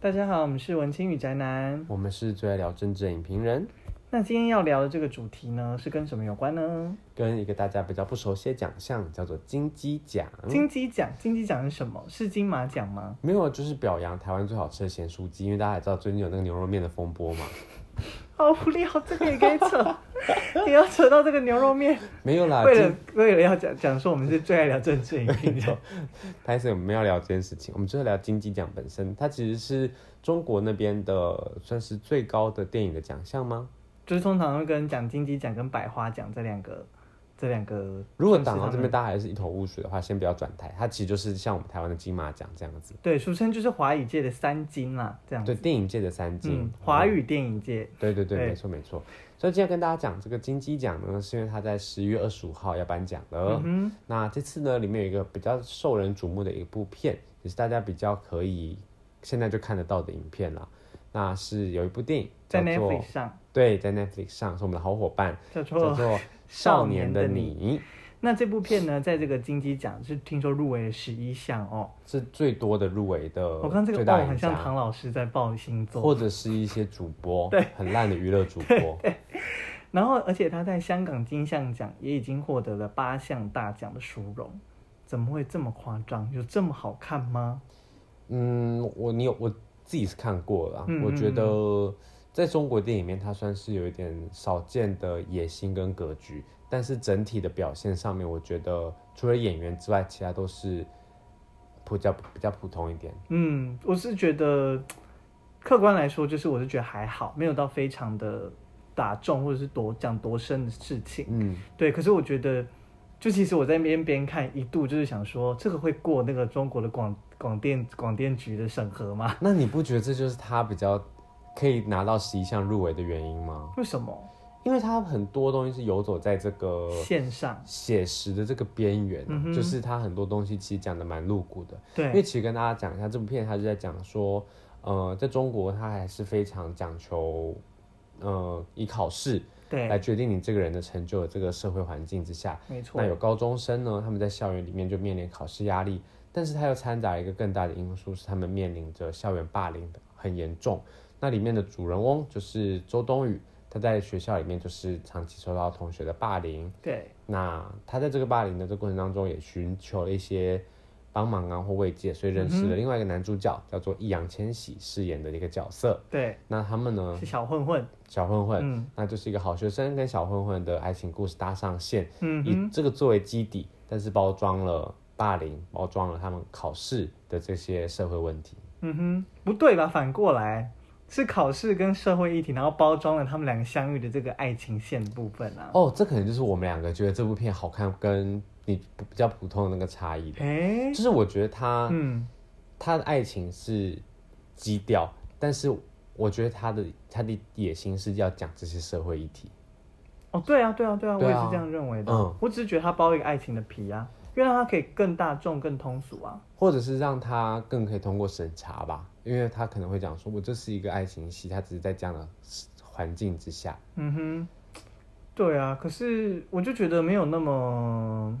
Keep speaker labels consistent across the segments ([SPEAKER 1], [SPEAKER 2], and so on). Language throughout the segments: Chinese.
[SPEAKER 1] 大家好，我们是文青与宅男。
[SPEAKER 2] 我们是最爱聊政治的影评人，
[SPEAKER 1] 那今天要聊的这个主题呢，是跟什么有关呢？
[SPEAKER 2] 跟一个大家比较不熟悉的奖项叫做金鸡奖，
[SPEAKER 1] 金鸡奖，金鸡奖是什么？是金马奖吗？
[SPEAKER 2] 没有就是表扬台湾最好吃的咸酥鸡，因为大家也知道最近有那个牛肉面的风波 嘛。
[SPEAKER 1] 好无聊，这个也可以扯，也要扯到这个牛肉面。
[SPEAKER 2] 没有啦，
[SPEAKER 1] 为了为了要讲讲说我们是最爱聊政治影评的，
[SPEAKER 2] 拍摄我们要聊这件事情，我们就是聊金鸡奖本身，它其实是中国那边的算是最高的电影的奖项吗？
[SPEAKER 1] 就是通常会跟讲金鸡奖跟百花奖这两个这两个。
[SPEAKER 2] 如果党到这边大家还是一头雾水的话，先不要转台，它其实就是像我们台湾的金马奖这样子，
[SPEAKER 1] 对，俗称就是华语界的三金啦，这样
[SPEAKER 2] 对
[SPEAKER 1] 子。
[SPEAKER 2] 电影界的三金
[SPEAKER 1] 嗯，，华语电影界，
[SPEAKER 2] 对对对，
[SPEAKER 1] 对
[SPEAKER 2] 没错没错。所以今天跟大家讲这个金鸡奖呢，是因为它在十一月二十五号要颁奖了。
[SPEAKER 1] 嗯
[SPEAKER 2] 那这次呢，里面有一个比较受人瞩目的一部片，也是大家比较可以现在就看得到的影片啦。那是有一部电影
[SPEAKER 1] 在
[SPEAKER 2] 叫做
[SPEAKER 1] Netflix 上
[SPEAKER 2] 对，在 Netflix 上是我们的好伙伴，
[SPEAKER 1] 叫做
[SPEAKER 2] 叫做《少年的你
[SPEAKER 1] 那这部片呢，在这个金鸡奖是听说入围了十一项哦。》，
[SPEAKER 2] 是最多的入围的
[SPEAKER 1] 我看这个
[SPEAKER 2] 最
[SPEAKER 1] 报
[SPEAKER 2] 大赢
[SPEAKER 1] 很像
[SPEAKER 2] 家，
[SPEAKER 1] 唐老师在报星座，
[SPEAKER 2] 或者是一些主播，很烂的娱乐主播，
[SPEAKER 1] 然后而且他在香港金像奖也已经获得了八项大奖的殊荣，怎么会这么夸张？有这么好看吗？
[SPEAKER 2] 嗯，我你有我自己是看过了啊，
[SPEAKER 1] 嗯
[SPEAKER 2] 我觉得在中国电影里面，它算是有一点少见的野心跟格局，但是整体的表现上面，我觉得除了演员之外，其他都是比较比较普通一点。
[SPEAKER 1] 嗯，我是觉得客观来说，就是我是觉得还好，没有到非常的打中或者是多讲多深的事情。
[SPEAKER 2] 嗯，
[SPEAKER 1] 对，可是我觉得，就其实我在边边看，一度就是想说，这个会过那个中国的广广电广电局的审核吗？
[SPEAKER 2] 那你不觉得这就是他比较可以拿到十一项入围的原因吗？
[SPEAKER 1] 为什么
[SPEAKER 2] 因为他很多东西是游走在这个
[SPEAKER 1] 线上？
[SPEAKER 2] 写实的这个边缘啊、
[SPEAKER 1] 嗯哼
[SPEAKER 2] 就是他很多东西其实讲的蛮露骨的。因为
[SPEAKER 1] 对，
[SPEAKER 2] 其实跟大家讲一下，这部片它是在讲说，呃，在中国它还是非常讲求，呃，以考试
[SPEAKER 1] 对，
[SPEAKER 2] 来决定你这个人的成就的这个社会环境之下，
[SPEAKER 1] 没错
[SPEAKER 2] 那，有高中生呢，他们在校园里面就面临考试压力，但是它又掺杂一个更大的因素是他们面临着校园霸凌的很严重。那里面的主人翁就是周冬雨，他在学校里面就是长期受到同学的霸凌，
[SPEAKER 1] 对，
[SPEAKER 2] 那他在这个霸凌的这个过程当中，也寻求了一些帮忙啊或慰藉，所以认
[SPEAKER 1] 嗯
[SPEAKER 2] 识了另外一个男主角，叫做易烊千玺饰演的一个角色。
[SPEAKER 1] 对，
[SPEAKER 2] 那他们呢，
[SPEAKER 1] 是小混混，
[SPEAKER 2] 小混嗯混，
[SPEAKER 1] 嗯
[SPEAKER 2] 那就是一个好学生跟小混混的爱情故事搭上线，
[SPEAKER 1] 嗯哼，
[SPEAKER 2] 以这个作为基底，但是包装了霸凌，包装了他们考试的这些社会问题。
[SPEAKER 1] 嗯哼，不对吧？反过来是考试跟社会议题，然后包装了他们两个相遇的这个爱情线部分啊。
[SPEAKER 2] 哦，这可能就是我们两个觉得这部片好看跟你比较普通的那个差异，
[SPEAKER 1] 哎，
[SPEAKER 2] 就是我觉得他。
[SPEAKER 1] 嗯，
[SPEAKER 2] 他的爱情是基调，但是我觉得他的他的野心是要讲这些社会议题。
[SPEAKER 1] 哦，对啊，对啊，对啊，我
[SPEAKER 2] 对
[SPEAKER 1] 也
[SPEAKER 2] 啊
[SPEAKER 1] 是这样认为的。
[SPEAKER 2] 嗯
[SPEAKER 1] 我只是觉得他包一个爱情的皮啊，因为它可以更大众、更通俗啊。
[SPEAKER 2] 或者是让他更可以通过审查吧，因为他可能会讲说，我这是一个爱情戏，他只是在这样的环境之下，
[SPEAKER 1] 嗯哼，对啊，可是我就觉得没有那么，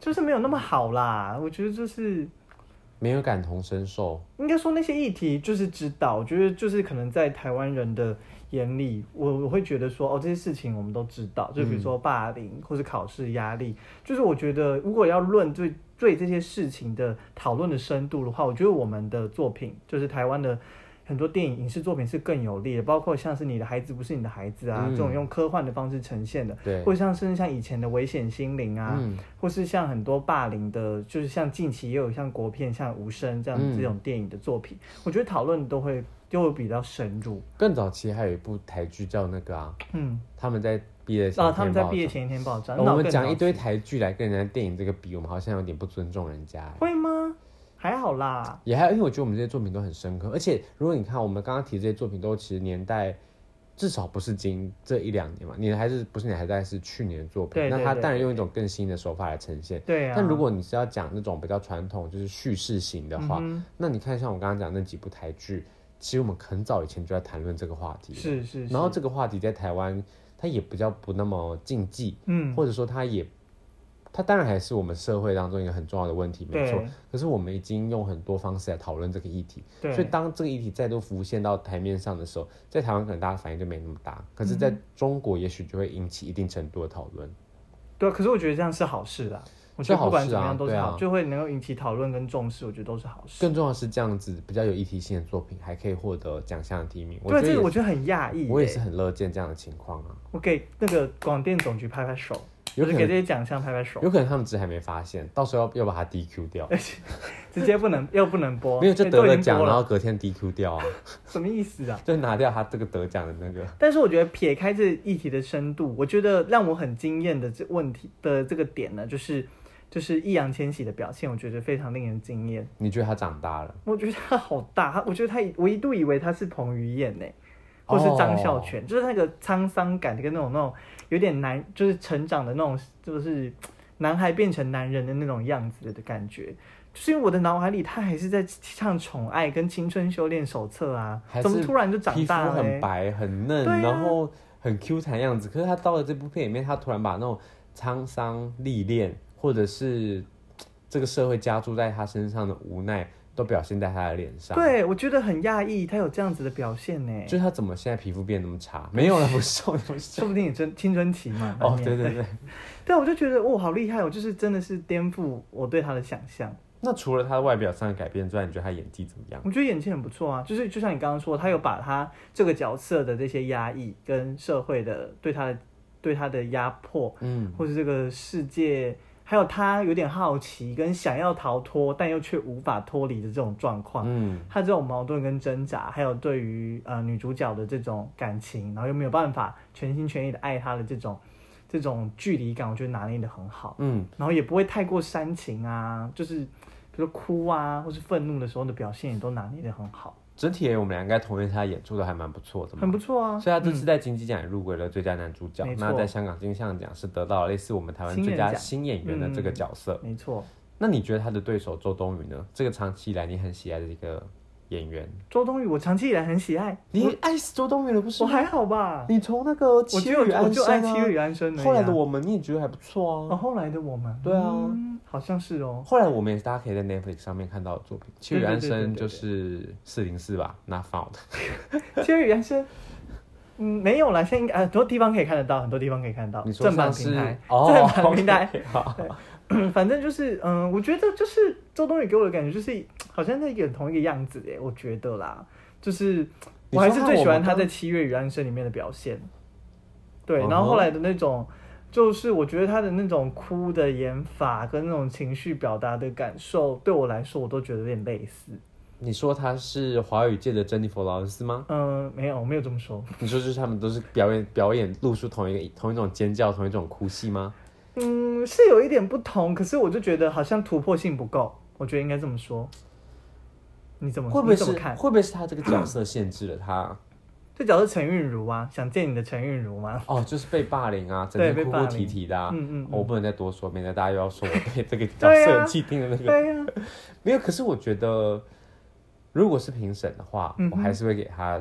[SPEAKER 1] 就是没有那么好啦。我觉得就是
[SPEAKER 2] 没有感同身受。
[SPEAKER 1] 应该说那些议题就是知道，我觉得就是可能在台湾人的眼里，我我会觉得说哦，这些事情我们都知道，就比如说
[SPEAKER 2] 嗯
[SPEAKER 1] 霸凌或是考试压力，就是我觉得如果要论对对这些事情的讨论的深度的话，我觉得我们的作品就是台湾的。很多电影影视作品是更有力的，包括像是你的孩子不是你的孩子啊，
[SPEAKER 2] 嗯
[SPEAKER 1] 这种用科幻的方式呈现的，
[SPEAKER 2] 对，
[SPEAKER 1] 或者像甚至像以前的危险心灵啊，
[SPEAKER 2] 嗯，
[SPEAKER 1] 或是像很多霸凌的，就是像近期也有像国片、像无声这样
[SPEAKER 2] 嗯
[SPEAKER 1] 这种电影的作品，我觉得讨论都会就会比较深入。
[SPEAKER 2] 更早期还有一部台剧叫那个啊，
[SPEAKER 1] 嗯，
[SPEAKER 2] 他们在毕业前
[SPEAKER 1] 然后啊他们在
[SPEAKER 2] 报
[SPEAKER 1] 毕业前一天爆炸，
[SPEAKER 2] 呃我
[SPEAKER 1] 那
[SPEAKER 2] 们
[SPEAKER 1] 更
[SPEAKER 2] 讲
[SPEAKER 1] 早
[SPEAKER 2] 一堆
[SPEAKER 1] 期
[SPEAKER 2] 台剧来跟人家电影这个比，我们好像有点不尊重人家欸。
[SPEAKER 1] 会吗？还好啦，
[SPEAKER 2] 也还因为我觉得我们这些作品都很深刻，而且如果你看我们刚刚提这些作品，都其实年代至少不是今这一两年嘛，你的还是不是你的还在是去年的作品，
[SPEAKER 1] 对对
[SPEAKER 2] 那它
[SPEAKER 1] 对
[SPEAKER 2] 当然用一种更新的手法来呈现。
[SPEAKER 1] 对啊。
[SPEAKER 2] 但如果你是要讲那种比较传统，就是叙事型的话，
[SPEAKER 1] 嗯
[SPEAKER 2] 那你看像我刚刚讲那几部台剧，其实我们很早以前就在谈论这个话
[SPEAKER 1] 哼
[SPEAKER 2] 题了，
[SPEAKER 1] 是是，
[SPEAKER 2] 然后
[SPEAKER 1] 是
[SPEAKER 2] 这个话题在台湾它也比较不那么禁忌，
[SPEAKER 1] 嗯
[SPEAKER 2] 或者说它也它当然还是我们社会当中一个很重要的问题，没错。
[SPEAKER 1] 对
[SPEAKER 2] 可是我们已经用很多方式来讨论这个议题，
[SPEAKER 1] 对，
[SPEAKER 2] 所以当这个议题再度浮现到台面上的时候，在台湾可能大家反应就没那么大，可是在中国也许就会引起一定程度的讨论。
[SPEAKER 1] 对啊，可是我觉得这样是好事啦。我
[SPEAKER 2] 是
[SPEAKER 1] 觉得
[SPEAKER 2] 好
[SPEAKER 1] 不管
[SPEAKER 2] 事
[SPEAKER 1] 怎么
[SPEAKER 2] 啊
[SPEAKER 1] 样都是
[SPEAKER 2] 对
[SPEAKER 1] 好，
[SPEAKER 2] 啊
[SPEAKER 1] 就会能够引起讨论跟重视，我觉得都是好事。啊
[SPEAKER 2] 更重要的是，这样子比较有议题性的作品还可以获得奖项的提名，我
[SPEAKER 1] 对，
[SPEAKER 2] 觉
[SPEAKER 1] 这
[SPEAKER 2] 得
[SPEAKER 1] 个我
[SPEAKER 2] 也
[SPEAKER 1] 觉得很讶异耶、
[SPEAKER 2] 我也是很乐见这样的情况啊。
[SPEAKER 1] 我给那个广电总局拍拍手，
[SPEAKER 2] 有
[SPEAKER 1] 就
[SPEAKER 2] 可
[SPEAKER 1] 是
[SPEAKER 2] 能
[SPEAKER 1] 给这些奖项拍拍手，
[SPEAKER 2] 有可能他们只是还没发现，到时候要要把它 DQ 掉，
[SPEAKER 1] 直接不能又不能播，
[SPEAKER 2] 没有就
[SPEAKER 1] 哎
[SPEAKER 2] 得
[SPEAKER 1] 都已
[SPEAKER 2] 了
[SPEAKER 1] 经
[SPEAKER 2] 奖，
[SPEAKER 1] 播
[SPEAKER 2] 然
[SPEAKER 1] 了
[SPEAKER 2] 后隔天 DQ 掉啊，
[SPEAKER 1] 什么意思啊？
[SPEAKER 2] 就拿掉他这个得奖的那个。
[SPEAKER 1] 但是我觉得撇开这议题的深度，我觉得让我很惊艳的这问题的这个点呢，就是就是易烊千玺的表现，我觉得非常令人惊艳。
[SPEAKER 2] 你觉得他长大了？
[SPEAKER 1] 我觉得他好大，他我觉得他我一度以为他是彭于晏呢、或是张
[SPEAKER 2] 哦
[SPEAKER 1] 孝全，就是那个沧桑感跟那种那种有点男，就是成长的那种，就是男孩变成男人的那种样子的感觉。就是因为我的脑海里，他还是在唱《宠爱》跟《青春修炼手册》啊
[SPEAKER 2] 还，
[SPEAKER 1] 怎么
[SPEAKER 2] 是
[SPEAKER 1] 突然就长
[SPEAKER 2] 皮肤
[SPEAKER 1] 大了、哎
[SPEAKER 2] 很白很嫩，
[SPEAKER 1] 对啊
[SPEAKER 2] 然后很 Q 弹样子。可是他到了这部片里面，他突然把那种沧桑历练，或者是嘖这个社会加注在他身上的无奈，都表现在他的脸上。，
[SPEAKER 1] 对，我觉得很讶异，他有这样子的表现呢。
[SPEAKER 2] 就是他怎么现在皮肤变那么差？没有了，不是，不 是。
[SPEAKER 1] 说不定也真青春期嘛。难
[SPEAKER 2] 哦，
[SPEAKER 1] 免
[SPEAKER 2] 对对对。
[SPEAKER 1] 对，啊我就觉得哇，好厉害哦！就是真的是颠覆我对他的想象。
[SPEAKER 2] 那除了他外表上的改变之外，你觉得他演技怎么样？
[SPEAKER 1] 我觉得演技很不错啊，就是就像你刚刚说，他有把他这个角色的这些压抑跟社会的对他的对他的压迫，
[SPEAKER 2] 嗯，
[SPEAKER 1] 或是这个世界，还有他有点好奇跟想要逃脱，但又却无法脱离的这种状况。
[SPEAKER 2] 嗯，
[SPEAKER 1] 他这种矛盾跟挣扎，还有对于呃女主角的这种感情，然后又没有办法全心全意的爱她的这种这种距离感，我觉得拿捏的很好，
[SPEAKER 2] 嗯，
[SPEAKER 1] 然后也不会太过煽情啊，就是比如说哭啊或是愤怒的时候的表现也都拿捏的很好，
[SPEAKER 2] 整体而言我们俩应该同意他演出的还蛮不错的嘛。
[SPEAKER 1] 很不错啊。
[SPEAKER 2] 所以他这次在金鸡奖也入围了最佳男主角，
[SPEAKER 1] 没错
[SPEAKER 2] 那在香港金像奖是得到了类似我们台湾
[SPEAKER 1] 新
[SPEAKER 2] 最
[SPEAKER 1] 人
[SPEAKER 2] 佳
[SPEAKER 1] 奖
[SPEAKER 2] 新演员的这个角色。
[SPEAKER 1] 嗯没错，
[SPEAKER 2] 那你觉得他的对手周冬雨
[SPEAKER 1] 嗯
[SPEAKER 2] 呢？这个长期以来你很喜爱的一个演员，
[SPEAKER 1] 周冬雨我长期以来很喜爱，
[SPEAKER 2] 你爱死周冬雨了不是
[SPEAKER 1] 我
[SPEAKER 2] 吗？
[SPEAKER 1] 还好吧，
[SPEAKER 2] 你从那个
[SPEAKER 1] 我
[SPEAKER 2] 七
[SPEAKER 1] 只有
[SPEAKER 2] 语
[SPEAKER 1] 我
[SPEAKER 2] 安
[SPEAKER 1] 就爱
[SPEAKER 2] 生
[SPEAKER 1] 七
[SPEAKER 2] 啊，
[SPEAKER 1] 月与安生而已啊
[SPEAKER 2] 后来的我们你也觉得还不错
[SPEAKER 1] 哦，
[SPEAKER 2] 啊。
[SPEAKER 1] 后来的我们，
[SPEAKER 2] 对啊
[SPEAKER 1] 嗯好像是哦，
[SPEAKER 2] 后来的我们也是大家可以在 Netflix 上面看到的作品，《七语
[SPEAKER 1] 对对
[SPEAKER 2] 安
[SPEAKER 1] 对对
[SPEAKER 2] 生》
[SPEAKER 1] 对
[SPEAKER 2] 就
[SPEAKER 1] 对
[SPEAKER 2] 是四零四吧，Not Found。
[SPEAKER 1] 七月与安生。嗯，没有啦，现在应该呃很多地方可以看得到，很多地方可以看到
[SPEAKER 2] 你说
[SPEAKER 1] 正版
[SPEAKER 2] 像是
[SPEAKER 1] 平台，
[SPEAKER 2] 哦，
[SPEAKER 1] 正版平台
[SPEAKER 2] OK，好
[SPEAKER 1] 反正就是，嗯，我觉得就是周冬雨给我的感觉就是，好像在演同一个样子耶，我觉得啦，就是
[SPEAKER 2] 你
[SPEAKER 1] 我还
[SPEAKER 2] 说
[SPEAKER 1] 是
[SPEAKER 2] 和
[SPEAKER 1] 最
[SPEAKER 2] 我
[SPEAKER 1] 喜欢
[SPEAKER 2] 们
[SPEAKER 1] 她
[SPEAKER 2] 刚
[SPEAKER 1] 在《七月与安生》里面的表现。对，
[SPEAKER 2] 嗯
[SPEAKER 1] 然后后
[SPEAKER 2] 哼
[SPEAKER 1] 来的那种，就是我觉得她的那种哭的演法跟那种情绪表达的感受，对我来说我都觉得有点类似。
[SPEAKER 2] 你说他是华语界的珍妮佛劳伦斯吗？
[SPEAKER 1] 嗯，没有，我没有这么说。
[SPEAKER 2] 你说就是他们都是表演表演露出同一个同一种尖叫、同一种哭戏吗？
[SPEAKER 1] 嗯，是有一点不同，可是我就觉得好像突破性不够，我觉得应该这么说。你怎么
[SPEAKER 2] 会不会
[SPEAKER 1] 你
[SPEAKER 2] 是
[SPEAKER 1] 怎么看？
[SPEAKER 2] 会不会是他这个角色限制了他？
[SPEAKER 1] 这角色陈韵如啊，想见你的陈韵如吗？
[SPEAKER 2] 哦，就是被霸凌啊，整
[SPEAKER 1] 对被
[SPEAKER 2] 天哭哭
[SPEAKER 1] 霸
[SPEAKER 2] 啼
[SPEAKER 1] 凌
[SPEAKER 2] 啼的、啊。
[SPEAKER 1] 嗯嗯嗯
[SPEAKER 2] 我不能再多说，免得大家又要说我对这 个角
[SPEAKER 1] 对啊
[SPEAKER 2] 色很气定的那个。
[SPEAKER 1] 对呀、
[SPEAKER 2] 没有，可是我觉得，如果是评审的话，
[SPEAKER 1] 嗯
[SPEAKER 2] 我
[SPEAKER 1] 哼
[SPEAKER 2] 还是会给他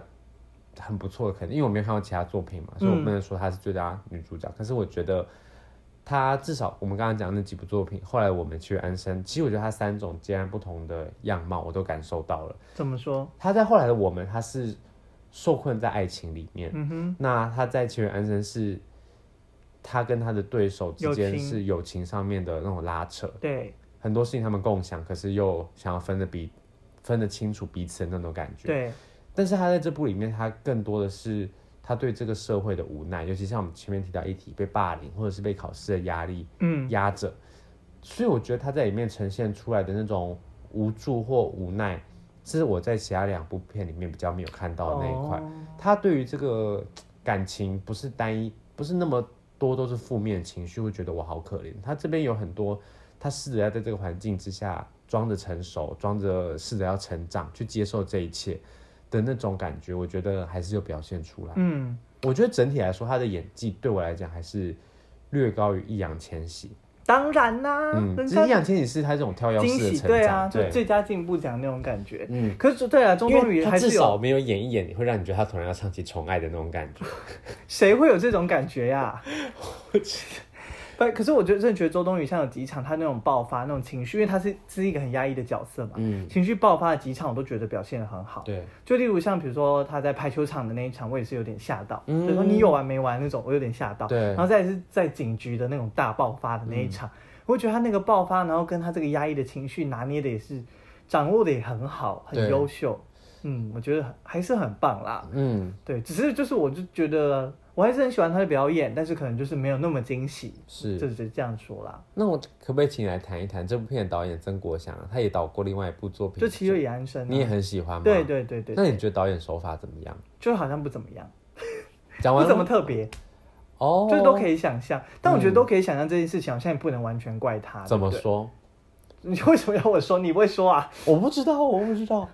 [SPEAKER 2] 很不错的肯定，因为我没有看过其他作品
[SPEAKER 1] 嗯
[SPEAKER 2] 嘛，所以我不能说她是最佳女主角。可是我觉得，她至少我们刚刚讲的那几部作品，后来我们去安生，其实我觉得她三种截然不同的样貌，我都感受到了。
[SPEAKER 1] 怎么说？
[SPEAKER 2] 她在后来的我们，她是受困在爱情里面，
[SPEAKER 1] 嗯哼，
[SPEAKER 2] 那她在情人安生是。她跟她的对手之间
[SPEAKER 1] 友情
[SPEAKER 2] 是友情上面的那种拉扯，
[SPEAKER 1] 对
[SPEAKER 2] 很多事情他们共享，可是又想要分得比分得清楚彼此的那种感觉。
[SPEAKER 1] 对，
[SPEAKER 2] 但是他在这部里面，他更多的是他对这个社会的无奈，尤其像我们前面提到一体被霸凌，或者是被考试的压力
[SPEAKER 1] 嗯，
[SPEAKER 2] 压着，所以我觉得他在里面呈现出来的那种无助或无奈，是我在其他两部片里面比较没有看到的那一块。
[SPEAKER 1] 哦
[SPEAKER 2] 他对于这个感情不是单一，不是那么多都是负面情绪，会觉得我好可怜。他这边有很多，他试着要在这个环境之下装着成熟，装着试着要成长，去接受这一切的那种感觉，我觉得还是有表现出来。
[SPEAKER 1] 嗯，
[SPEAKER 2] 我觉得整体来说，他的演技对我来讲还是略高于易烊千玺。
[SPEAKER 1] 当然啦、
[SPEAKER 2] 嗯，
[SPEAKER 1] 人
[SPEAKER 2] 只是
[SPEAKER 1] 家
[SPEAKER 2] 易烊千玺是他这种跳跃
[SPEAKER 1] 啊惊
[SPEAKER 2] 式的
[SPEAKER 1] 喜，
[SPEAKER 2] 成
[SPEAKER 1] 对啊，
[SPEAKER 2] 长，
[SPEAKER 1] 就最佳进步奖那种感觉。
[SPEAKER 2] 嗯。
[SPEAKER 1] 可是对啊，周冬
[SPEAKER 2] 因
[SPEAKER 1] 雨
[SPEAKER 2] 为
[SPEAKER 1] 还
[SPEAKER 2] 他至
[SPEAKER 1] 是
[SPEAKER 2] 少
[SPEAKER 1] 有，
[SPEAKER 2] 没有演一演，你会让你觉得他突然要唱起《宠爱》的那种感觉。
[SPEAKER 1] 谁会有这种感觉呀、但可是我觉得真的觉得周冬雨像有几场她那种爆发那种情绪，因为她是是一个很压抑的角色嘛，
[SPEAKER 2] 嗯，
[SPEAKER 1] 情绪爆发的几场我都觉得表现的很好。
[SPEAKER 2] 对，
[SPEAKER 1] 就例如像比如说她在排球场的那一场，我也是有点吓到，
[SPEAKER 2] 嗯
[SPEAKER 1] 就说你有完没完那种，我有点吓到。
[SPEAKER 2] 对嗯
[SPEAKER 1] 然后再来是在警局的那种大爆发的那一场，我觉得她那个爆发，然后跟她这个压抑的情绪拿捏的也是掌握的也很好，很
[SPEAKER 2] 对
[SPEAKER 1] 优秀。嗯，我觉得很还是很棒啦。
[SPEAKER 2] 嗯，
[SPEAKER 1] 对，只是就是我就觉得我还是很喜欢他的表演，但是可能就是没有那么惊喜，
[SPEAKER 2] 是。
[SPEAKER 1] 就是这样说啦。
[SPEAKER 2] 那我可不可以请你来谈一谈这部片的导演曾国祥啊？他也导过另外一部作品，
[SPEAKER 1] 就七月也安生、啊，
[SPEAKER 2] 你也很喜欢吗？
[SPEAKER 1] 对对对对，
[SPEAKER 2] 那你觉得导演手法怎么样？
[SPEAKER 1] 就好像不怎么样，
[SPEAKER 2] 讲
[SPEAKER 1] 不
[SPEAKER 2] 完
[SPEAKER 1] 怎么特别，
[SPEAKER 2] 哦，嗯
[SPEAKER 1] 就是都可以想象。但我觉得都可以想象这件事情，好像也不能完全怪他。
[SPEAKER 2] 怎么
[SPEAKER 1] 对
[SPEAKER 2] 说？
[SPEAKER 1] 不对？ 你为什么要我说？你不会说啊？
[SPEAKER 2] 我不知道，我不知道。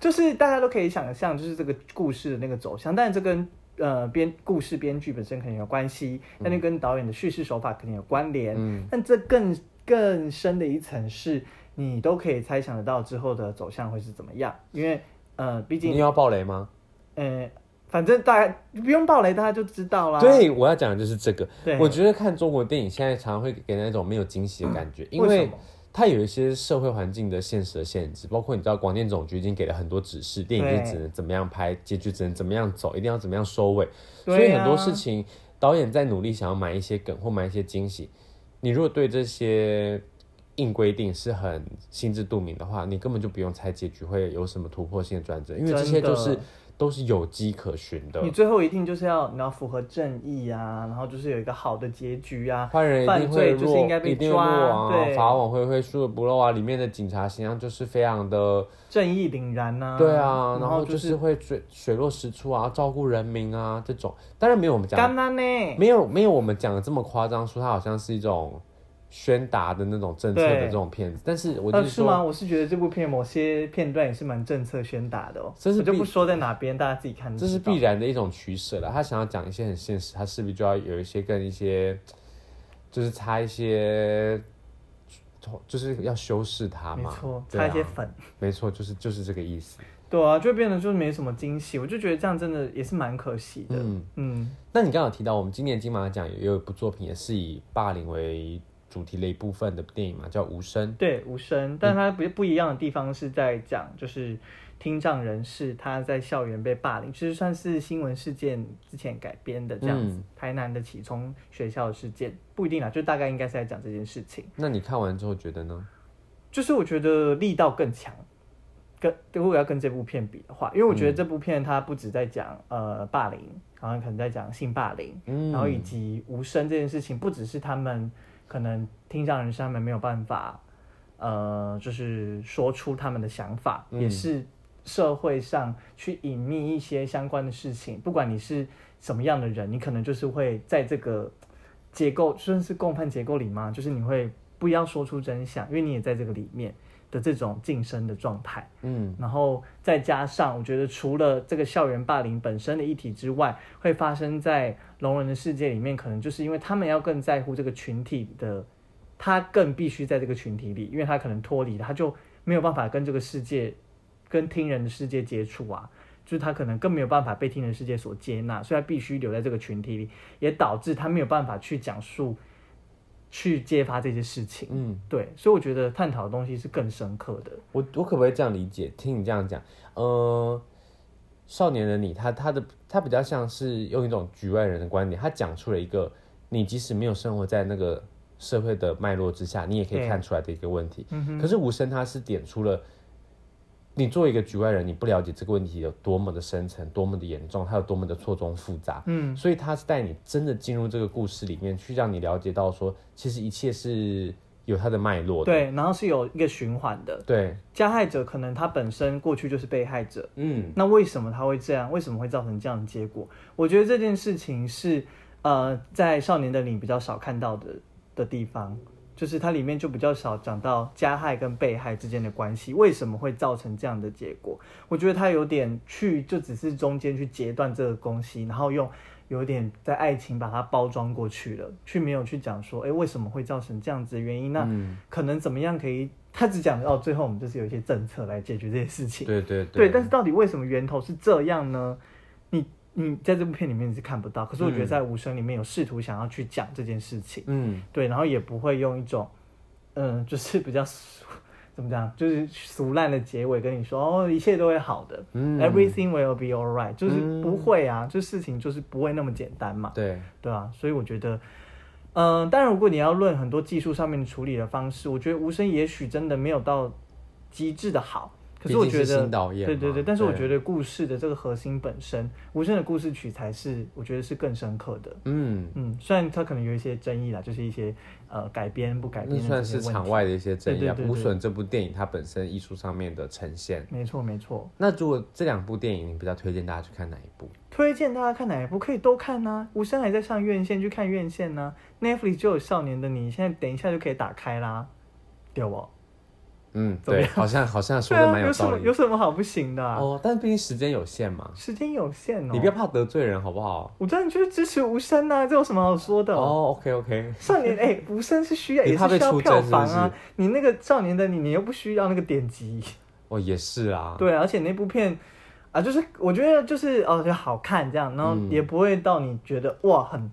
[SPEAKER 1] 就是大家都可以想象，就是这个故事的那个走向，但这跟呃编故事编剧本身肯定有关系，但就跟导演的叙事手法肯定有关联。
[SPEAKER 2] 嗯，
[SPEAKER 1] 但这更更深的一层是，你都可以猜想得到之后的走向会是怎么样，因为呃，毕
[SPEAKER 2] 你
[SPEAKER 1] 竟
[SPEAKER 2] 要爆雷吗？
[SPEAKER 1] 呃，反正大家不用暴雷，大家就知道啦。
[SPEAKER 2] 对，我要讲的就是这个。
[SPEAKER 1] 啊对，
[SPEAKER 2] 我觉得看中国电影现在常常会给人那种没有惊喜的感觉，
[SPEAKER 1] 嗯
[SPEAKER 2] 因
[SPEAKER 1] 为
[SPEAKER 2] 为
[SPEAKER 1] 什么
[SPEAKER 2] 它有一些社会环境的现实的限制，包括你知道广电总局已经给了很多指示，电影
[SPEAKER 1] 对
[SPEAKER 2] 就只能怎么样拍，结局只能怎么样走，一定要怎么样收尾，
[SPEAKER 1] 对
[SPEAKER 2] 所以很多
[SPEAKER 1] 啊
[SPEAKER 2] 事情导演在努力想要埋一些梗或埋一些惊喜，你如果对这些。硬规定是很心知肚明的话，你根本就不用猜结局会有什么突破性的转折，因为这些
[SPEAKER 1] 真的
[SPEAKER 2] 就是都是有迹可循的。
[SPEAKER 1] 你最后一定就是要你要符合正义啊，然后就是有一个好的结局啊。
[SPEAKER 2] 坏人一定
[SPEAKER 1] 犯
[SPEAKER 2] 会
[SPEAKER 1] 罪
[SPEAKER 2] 落，
[SPEAKER 1] 就是应该被
[SPEAKER 2] 一定会
[SPEAKER 1] 抓
[SPEAKER 2] 落啊！
[SPEAKER 1] 对
[SPEAKER 2] 法网恢恢，疏而不漏啊！里面的警察形象就是非常的，
[SPEAKER 1] 正义凛然呐、
[SPEAKER 2] 对啊，然
[SPEAKER 1] 嗯然
[SPEAKER 2] 后
[SPEAKER 1] 后
[SPEAKER 2] 就是是会水水落石出啊，照顾人民啊这种。当然没有我们讲
[SPEAKER 1] 干嘛呢？
[SPEAKER 2] 的，没有没有我们讲的这么夸张，说它好像是一种宣达的那种政策的
[SPEAKER 1] 对
[SPEAKER 2] 这种片子。但是我就
[SPEAKER 1] 呃，
[SPEAKER 2] 是
[SPEAKER 1] 是
[SPEAKER 2] 说，
[SPEAKER 1] 吗？我是觉得这部片某些片段也是蛮政策宣达的哦，
[SPEAKER 2] 这是
[SPEAKER 1] 我就
[SPEAKER 2] 必
[SPEAKER 1] 不说在哪边，大家自己看就
[SPEAKER 2] 这
[SPEAKER 1] 知
[SPEAKER 2] 是
[SPEAKER 1] 道。
[SPEAKER 2] 必然的一种取舍了。他想要讲一些很现实，他势必就要有一些跟一些，就是擦一些，就是要修饰它
[SPEAKER 1] 没
[SPEAKER 2] 嘛。
[SPEAKER 1] 错，
[SPEAKER 2] 对啊
[SPEAKER 1] 擦一些粉。
[SPEAKER 2] 没错，就是就是这个意思。
[SPEAKER 1] 对啊，就变得就是没什么惊喜，我就觉得这样真的也是蛮可惜的。
[SPEAKER 2] 嗯，
[SPEAKER 1] 嗯，
[SPEAKER 2] 那你刚刚有提到，我们今年金马奖也有一部作品，也是以霸凌为主题的一部分的电影嘛，叫《无声》。
[SPEAKER 1] 对，无声，但它不不一样的地方是在讲，就是听障人士他在校园被霸凌，其实算是新闻事件之前改编的这样子，
[SPEAKER 2] 嗯
[SPEAKER 1] 台南的启聪学校的事件，不一定啦，就大概应该是在讲这件事情。
[SPEAKER 2] 那你看完之后觉得呢？
[SPEAKER 1] 就是我觉得力道更强。跟如果要跟这部片比的话，因为我觉得这部片它不止在讲、呃霸凌，然后可能在讲性霸凌，
[SPEAKER 2] 嗯
[SPEAKER 1] 然后以及无声这件事情，不只是他们可能听障人士他们没有办法，呃，就是说出他们的想法，
[SPEAKER 2] 嗯
[SPEAKER 1] 也是社会上去隐秘一些相关的事情。不管你是什么样的人，你可能就是会在这个结构，算是共犯结构里吗？就是你会不要说出真相，因为你也在这个里面的这种晋升的状态。
[SPEAKER 2] 嗯，
[SPEAKER 1] 然后再加上，我觉得除了这个校园霸凌本身的议题之外，会发生在聋人的世界里面，可能就是因为他们要更在乎这个群体的，他更必须在这个群体里，因为他可能脱离了，他就没有办法跟这个世界、跟听人的世界接触啊，就是他可能更没有办法被听人世界所接纳，所以他必须留在这个群体里，也导致他没有办法去讲述、去揭发这些事情。
[SPEAKER 2] 嗯，
[SPEAKER 1] 对，所以我觉得探讨的东西是更深刻的。
[SPEAKER 2] 我我可不可以这样理解？听你这样讲，呃，少年的你，他他的他比较像是用一种局外人的观点，他讲出了一个你即使没有生活在那个社会的脉络之下，你也可以
[SPEAKER 1] 对
[SPEAKER 2] 看出来的一个问题。
[SPEAKER 1] 嗯哼。
[SPEAKER 2] 可是无声他是点出了，你作为一个局外人，你不了解这个问题有多么的深层、多么的严重，它有多么的错综复杂。
[SPEAKER 1] 嗯，
[SPEAKER 2] 所以他是带你真的进入这个故事里面，去让你了解到说，其实一切是有它的脉络的。
[SPEAKER 1] 对，然后是有一个循环的。
[SPEAKER 2] 对，
[SPEAKER 1] 加害者可能他本身过去就是被害者，
[SPEAKER 2] 嗯，
[SPEAKER 1] 那为什么他会这样？为什么会造成这样的结果？我觉得这件事情是呃，在少年的你比较少看到的的地方，就是它里面就比较少讲到加害跟被害之间的关系，为什么会造成这样的结果？我觉得他有点去就只是中间去截断这个东西，然后用。有点在爱情把它包装过去了，却没有去讲说，诶为什么会造成这样子的原因？那
[SPEAKER 2] 嗯
[SPEAKER 1] 可能怎么样可以？他只讲到最后，我们就是有一些政策来解决这些事情。
[SPEAKER 2] 对对
[SPEAKER 1] 但是到底为什么源头是这样呢？你你在这部片里面你是看不到，可是我觉得
[SPEAKER 2] 嗯
[SPEAKER 1] 在无声里面有试图想要去讲这件事情，
[SPEAKER 2] 嗯，
[SPEAKER 1] 对，然后也不会用一种，嗯，就是比较俗，怎么讲，就是俗烂的结尾跟你说哦，一切都会好的、
[SPEAKER 2] 嗯
[SPEAKER 1] e v e r y t h i n g will be alright，就是
[SPEAKER 2] 嗯
[SPEAKER 1] 不会啊，就事情就是不会那么简单嘛，
[SPEAKER 2] 对，
[SPEAKER 1] 对啊，所以我觉得，嗯、当然如果你要论很多技术上面处理的方式，我觉得无声也许真的没有到极致的好，可
[SPEAKER 2] 毕
[SPEAKER 1] 是我
[SPEAKER 2] 竟
[SPEAKER 1] 觉得
[SPEAKER 2] 新导演嘛，
[SPEAKER 1] 对对对，但是我觉
[SPEAKER 2] 得，
[SPEAKER 1] 得故事的这个核心本身，无声的故事曲才是我觉得是更深刻的。
[SPEAKER 2] 嗯，
[SPEAKER 1] 嗯，虽然它可能有一些争议啦，就是一些呃改编不改
[SPEAKER 2] 那
[SPEAKER 1] 编的
[SPEAKER 2] 算
[SPEAKER 1] 这些
[SPEAKER 2] 是
[SPEAKER 1] 问
[SPEAKER 2] 场
[SPEAKER 1] 题。
[SPEAKER 2] 外的一些争议
[SPEAKER 1] 对对
[SPEAKER 2] 啊，
[SPEAKER 1] 对
[SPEAKER 2] 无
[SPEAKER 1] 对
[SPEAKER 2] 损这部电影它本身艺术上面的呈现。
[SPEAKER 1] 没错没错，
[SPEAKER 2] 那如果这两部电影，你比较推荐大家去看哪一部？
[SPEAKER 1] 推荐大家看哪一部可以都看呐、无声还在上院线，去看院线呐、Netflix 就有《少年的你》，现在等一下就可以打开啦，对不？
[SPEAKER 2] 嗯，
[SPEAKER 1] 怎么
[SPEAKER 2] 对，好像好像说
[SPEAKER 1] 对
[SPEAKER 2] 的
[SPEAKER 1] 啊，
[SPEAKER 2] 蛮
[SPEAKER 1] 有什
[SPEAKER 2] 道
[SPEAKER 1] 么
[SPEAKER 2] 理
[SPEAKER 1] 有什么好不行的、啊？
[SPEAKER 2] 哦，但是毕竟时间有限嘛，
[SPEAKER 1] 时间有限哦。
[SPEAKER 2] 你不要怕得罪人好不好？
[SPEAKER 1] 我真的就是支持无声啊呐、这有什么好说的？
[SPEAKER 2] 哦，OK OK，
[SPEAKER 1] 少年哎、无声是需要，
[SPEAKER 2] 你
[SPEAKER 1] 也
[SPEAKER 2] 怕
[SPEAKER 1] 是
[SPEAKER 2] 被
[SPEAKER 1] 需要
[SPEAKER 2] 出
[SPEAKER 1] 票
[SPEAKER 2] 征是不
[SPEAKER 1] 房啊。你那个少年的你，你又不需要那个点 击，
[SPEAKER 2] 哦也是啊，
[SPEAKER 1] 对啊，而且那部片啊，就是我觉得就是哦，就好看这样，然后
[SPEAKER 2] 嗯
[SPEAKER 1] 也不会到你觉得哇很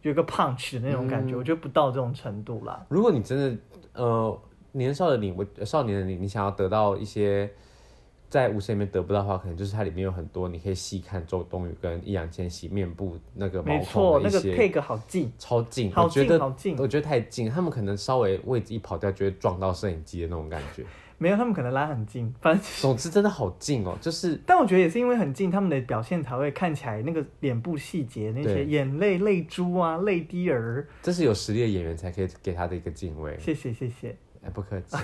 [SPEAKER 1] 有一个 punch 的那种感觉，
[SPEAKER 2] 嗯
[SPEAKER 1] 我觉得不到这种程度啦。
[SPEAKER 2] 如果你真的呃年少的你，我少年的你，你想要得到一些在无声里面得不到的话，可能就是它里面有很多你可以细看周冬雨跟易烊千玺面部那个毛
[SPEAKER 1] 没错
[SPEAKER 2] 孔，
[SPEAKER 1] 那
[SPEAKER 2] 的一
[SPEAKER 1] 个
[SPEAKER 2] 些。
[SPEAKER 1] take 好近，
[SPEAKER 2] 超近，
[SPEAKER 1] 好
[SPEAKER 2] 我觉
[SPEAKER 1] 近
[SPEAKER 2] 得
[SPEAKER 1] 好近
[SPEAKER 2] 我觉得太近，他们可能稍微位置一跑掉就会撞到摄影机的那种感 觉。
[SPEAKER 1] 没有他们可能拉很近，反正就是。
[SPEAKER 2] 总之真的好近哦，就是
[SPEAKER 1] 但我觉得也是因为很近，他们的表现才会看起来那个脸部细节，那些
[SPEAKER 2] 对
[SPEAKER 1] 眼泪、泪珠啊、泪滴儿。
[SPEAKER 2] 这是有实力的演员才可以给他的一个敬畏。
[SPEAKER 1] 谢谢，谢谢。
[SPEAKER 2] 哎，不客气。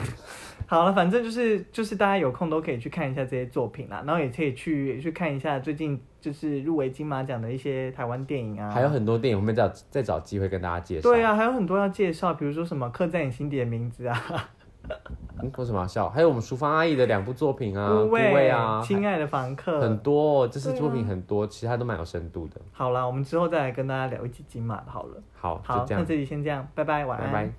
[SPEAKER 1] 好了，反正就是就是大家有空都可以去看一下这些作品啦，然后也可以去去看一下最近就是入围金马奖的一些台湾电影啊，
[SPEAKER 2] 还有很多电影，我们再找再找机会跟大家介绍。
[SPEAKER 1] 对啊，还有很多要介绍，比如说什么刻在你心底的名字啊，
[SPEAKER 2] 嗯，为什么要笑？还有我们淑芳阿姨的两部作品啊，
[SPEAKER 1] 孤
[SPEAKER 2] 《
[SPEAKER 1] 味
[SPEAKER 2] 味》啊，
[SPEAKER 1] 亲爱的房
[SPEAKER 2] 还很
[SPEAKER 1] 客。
[SPEAKER 2] 多、哦，这次作
[SPEAKER 1] 啊
[SPEAKER 2] 品很多，其他都蛮有深度的。
[SPEAKER 1] 好啦，我们之后再来跟大家聊一集金马的好了。
[SPEAKER 2] 好，
[SPEAKER 1] 好
[SPEAKER 2] 哦就，这
[SPEAKER 1] 那
[SPEAKER 2] 样，
[SPEAKER 1] 这里先这样，拜拜，晚
[SPEAKER 2] 拜
[SPEAKER 1] 安。
[SPEAKER 2] 拜。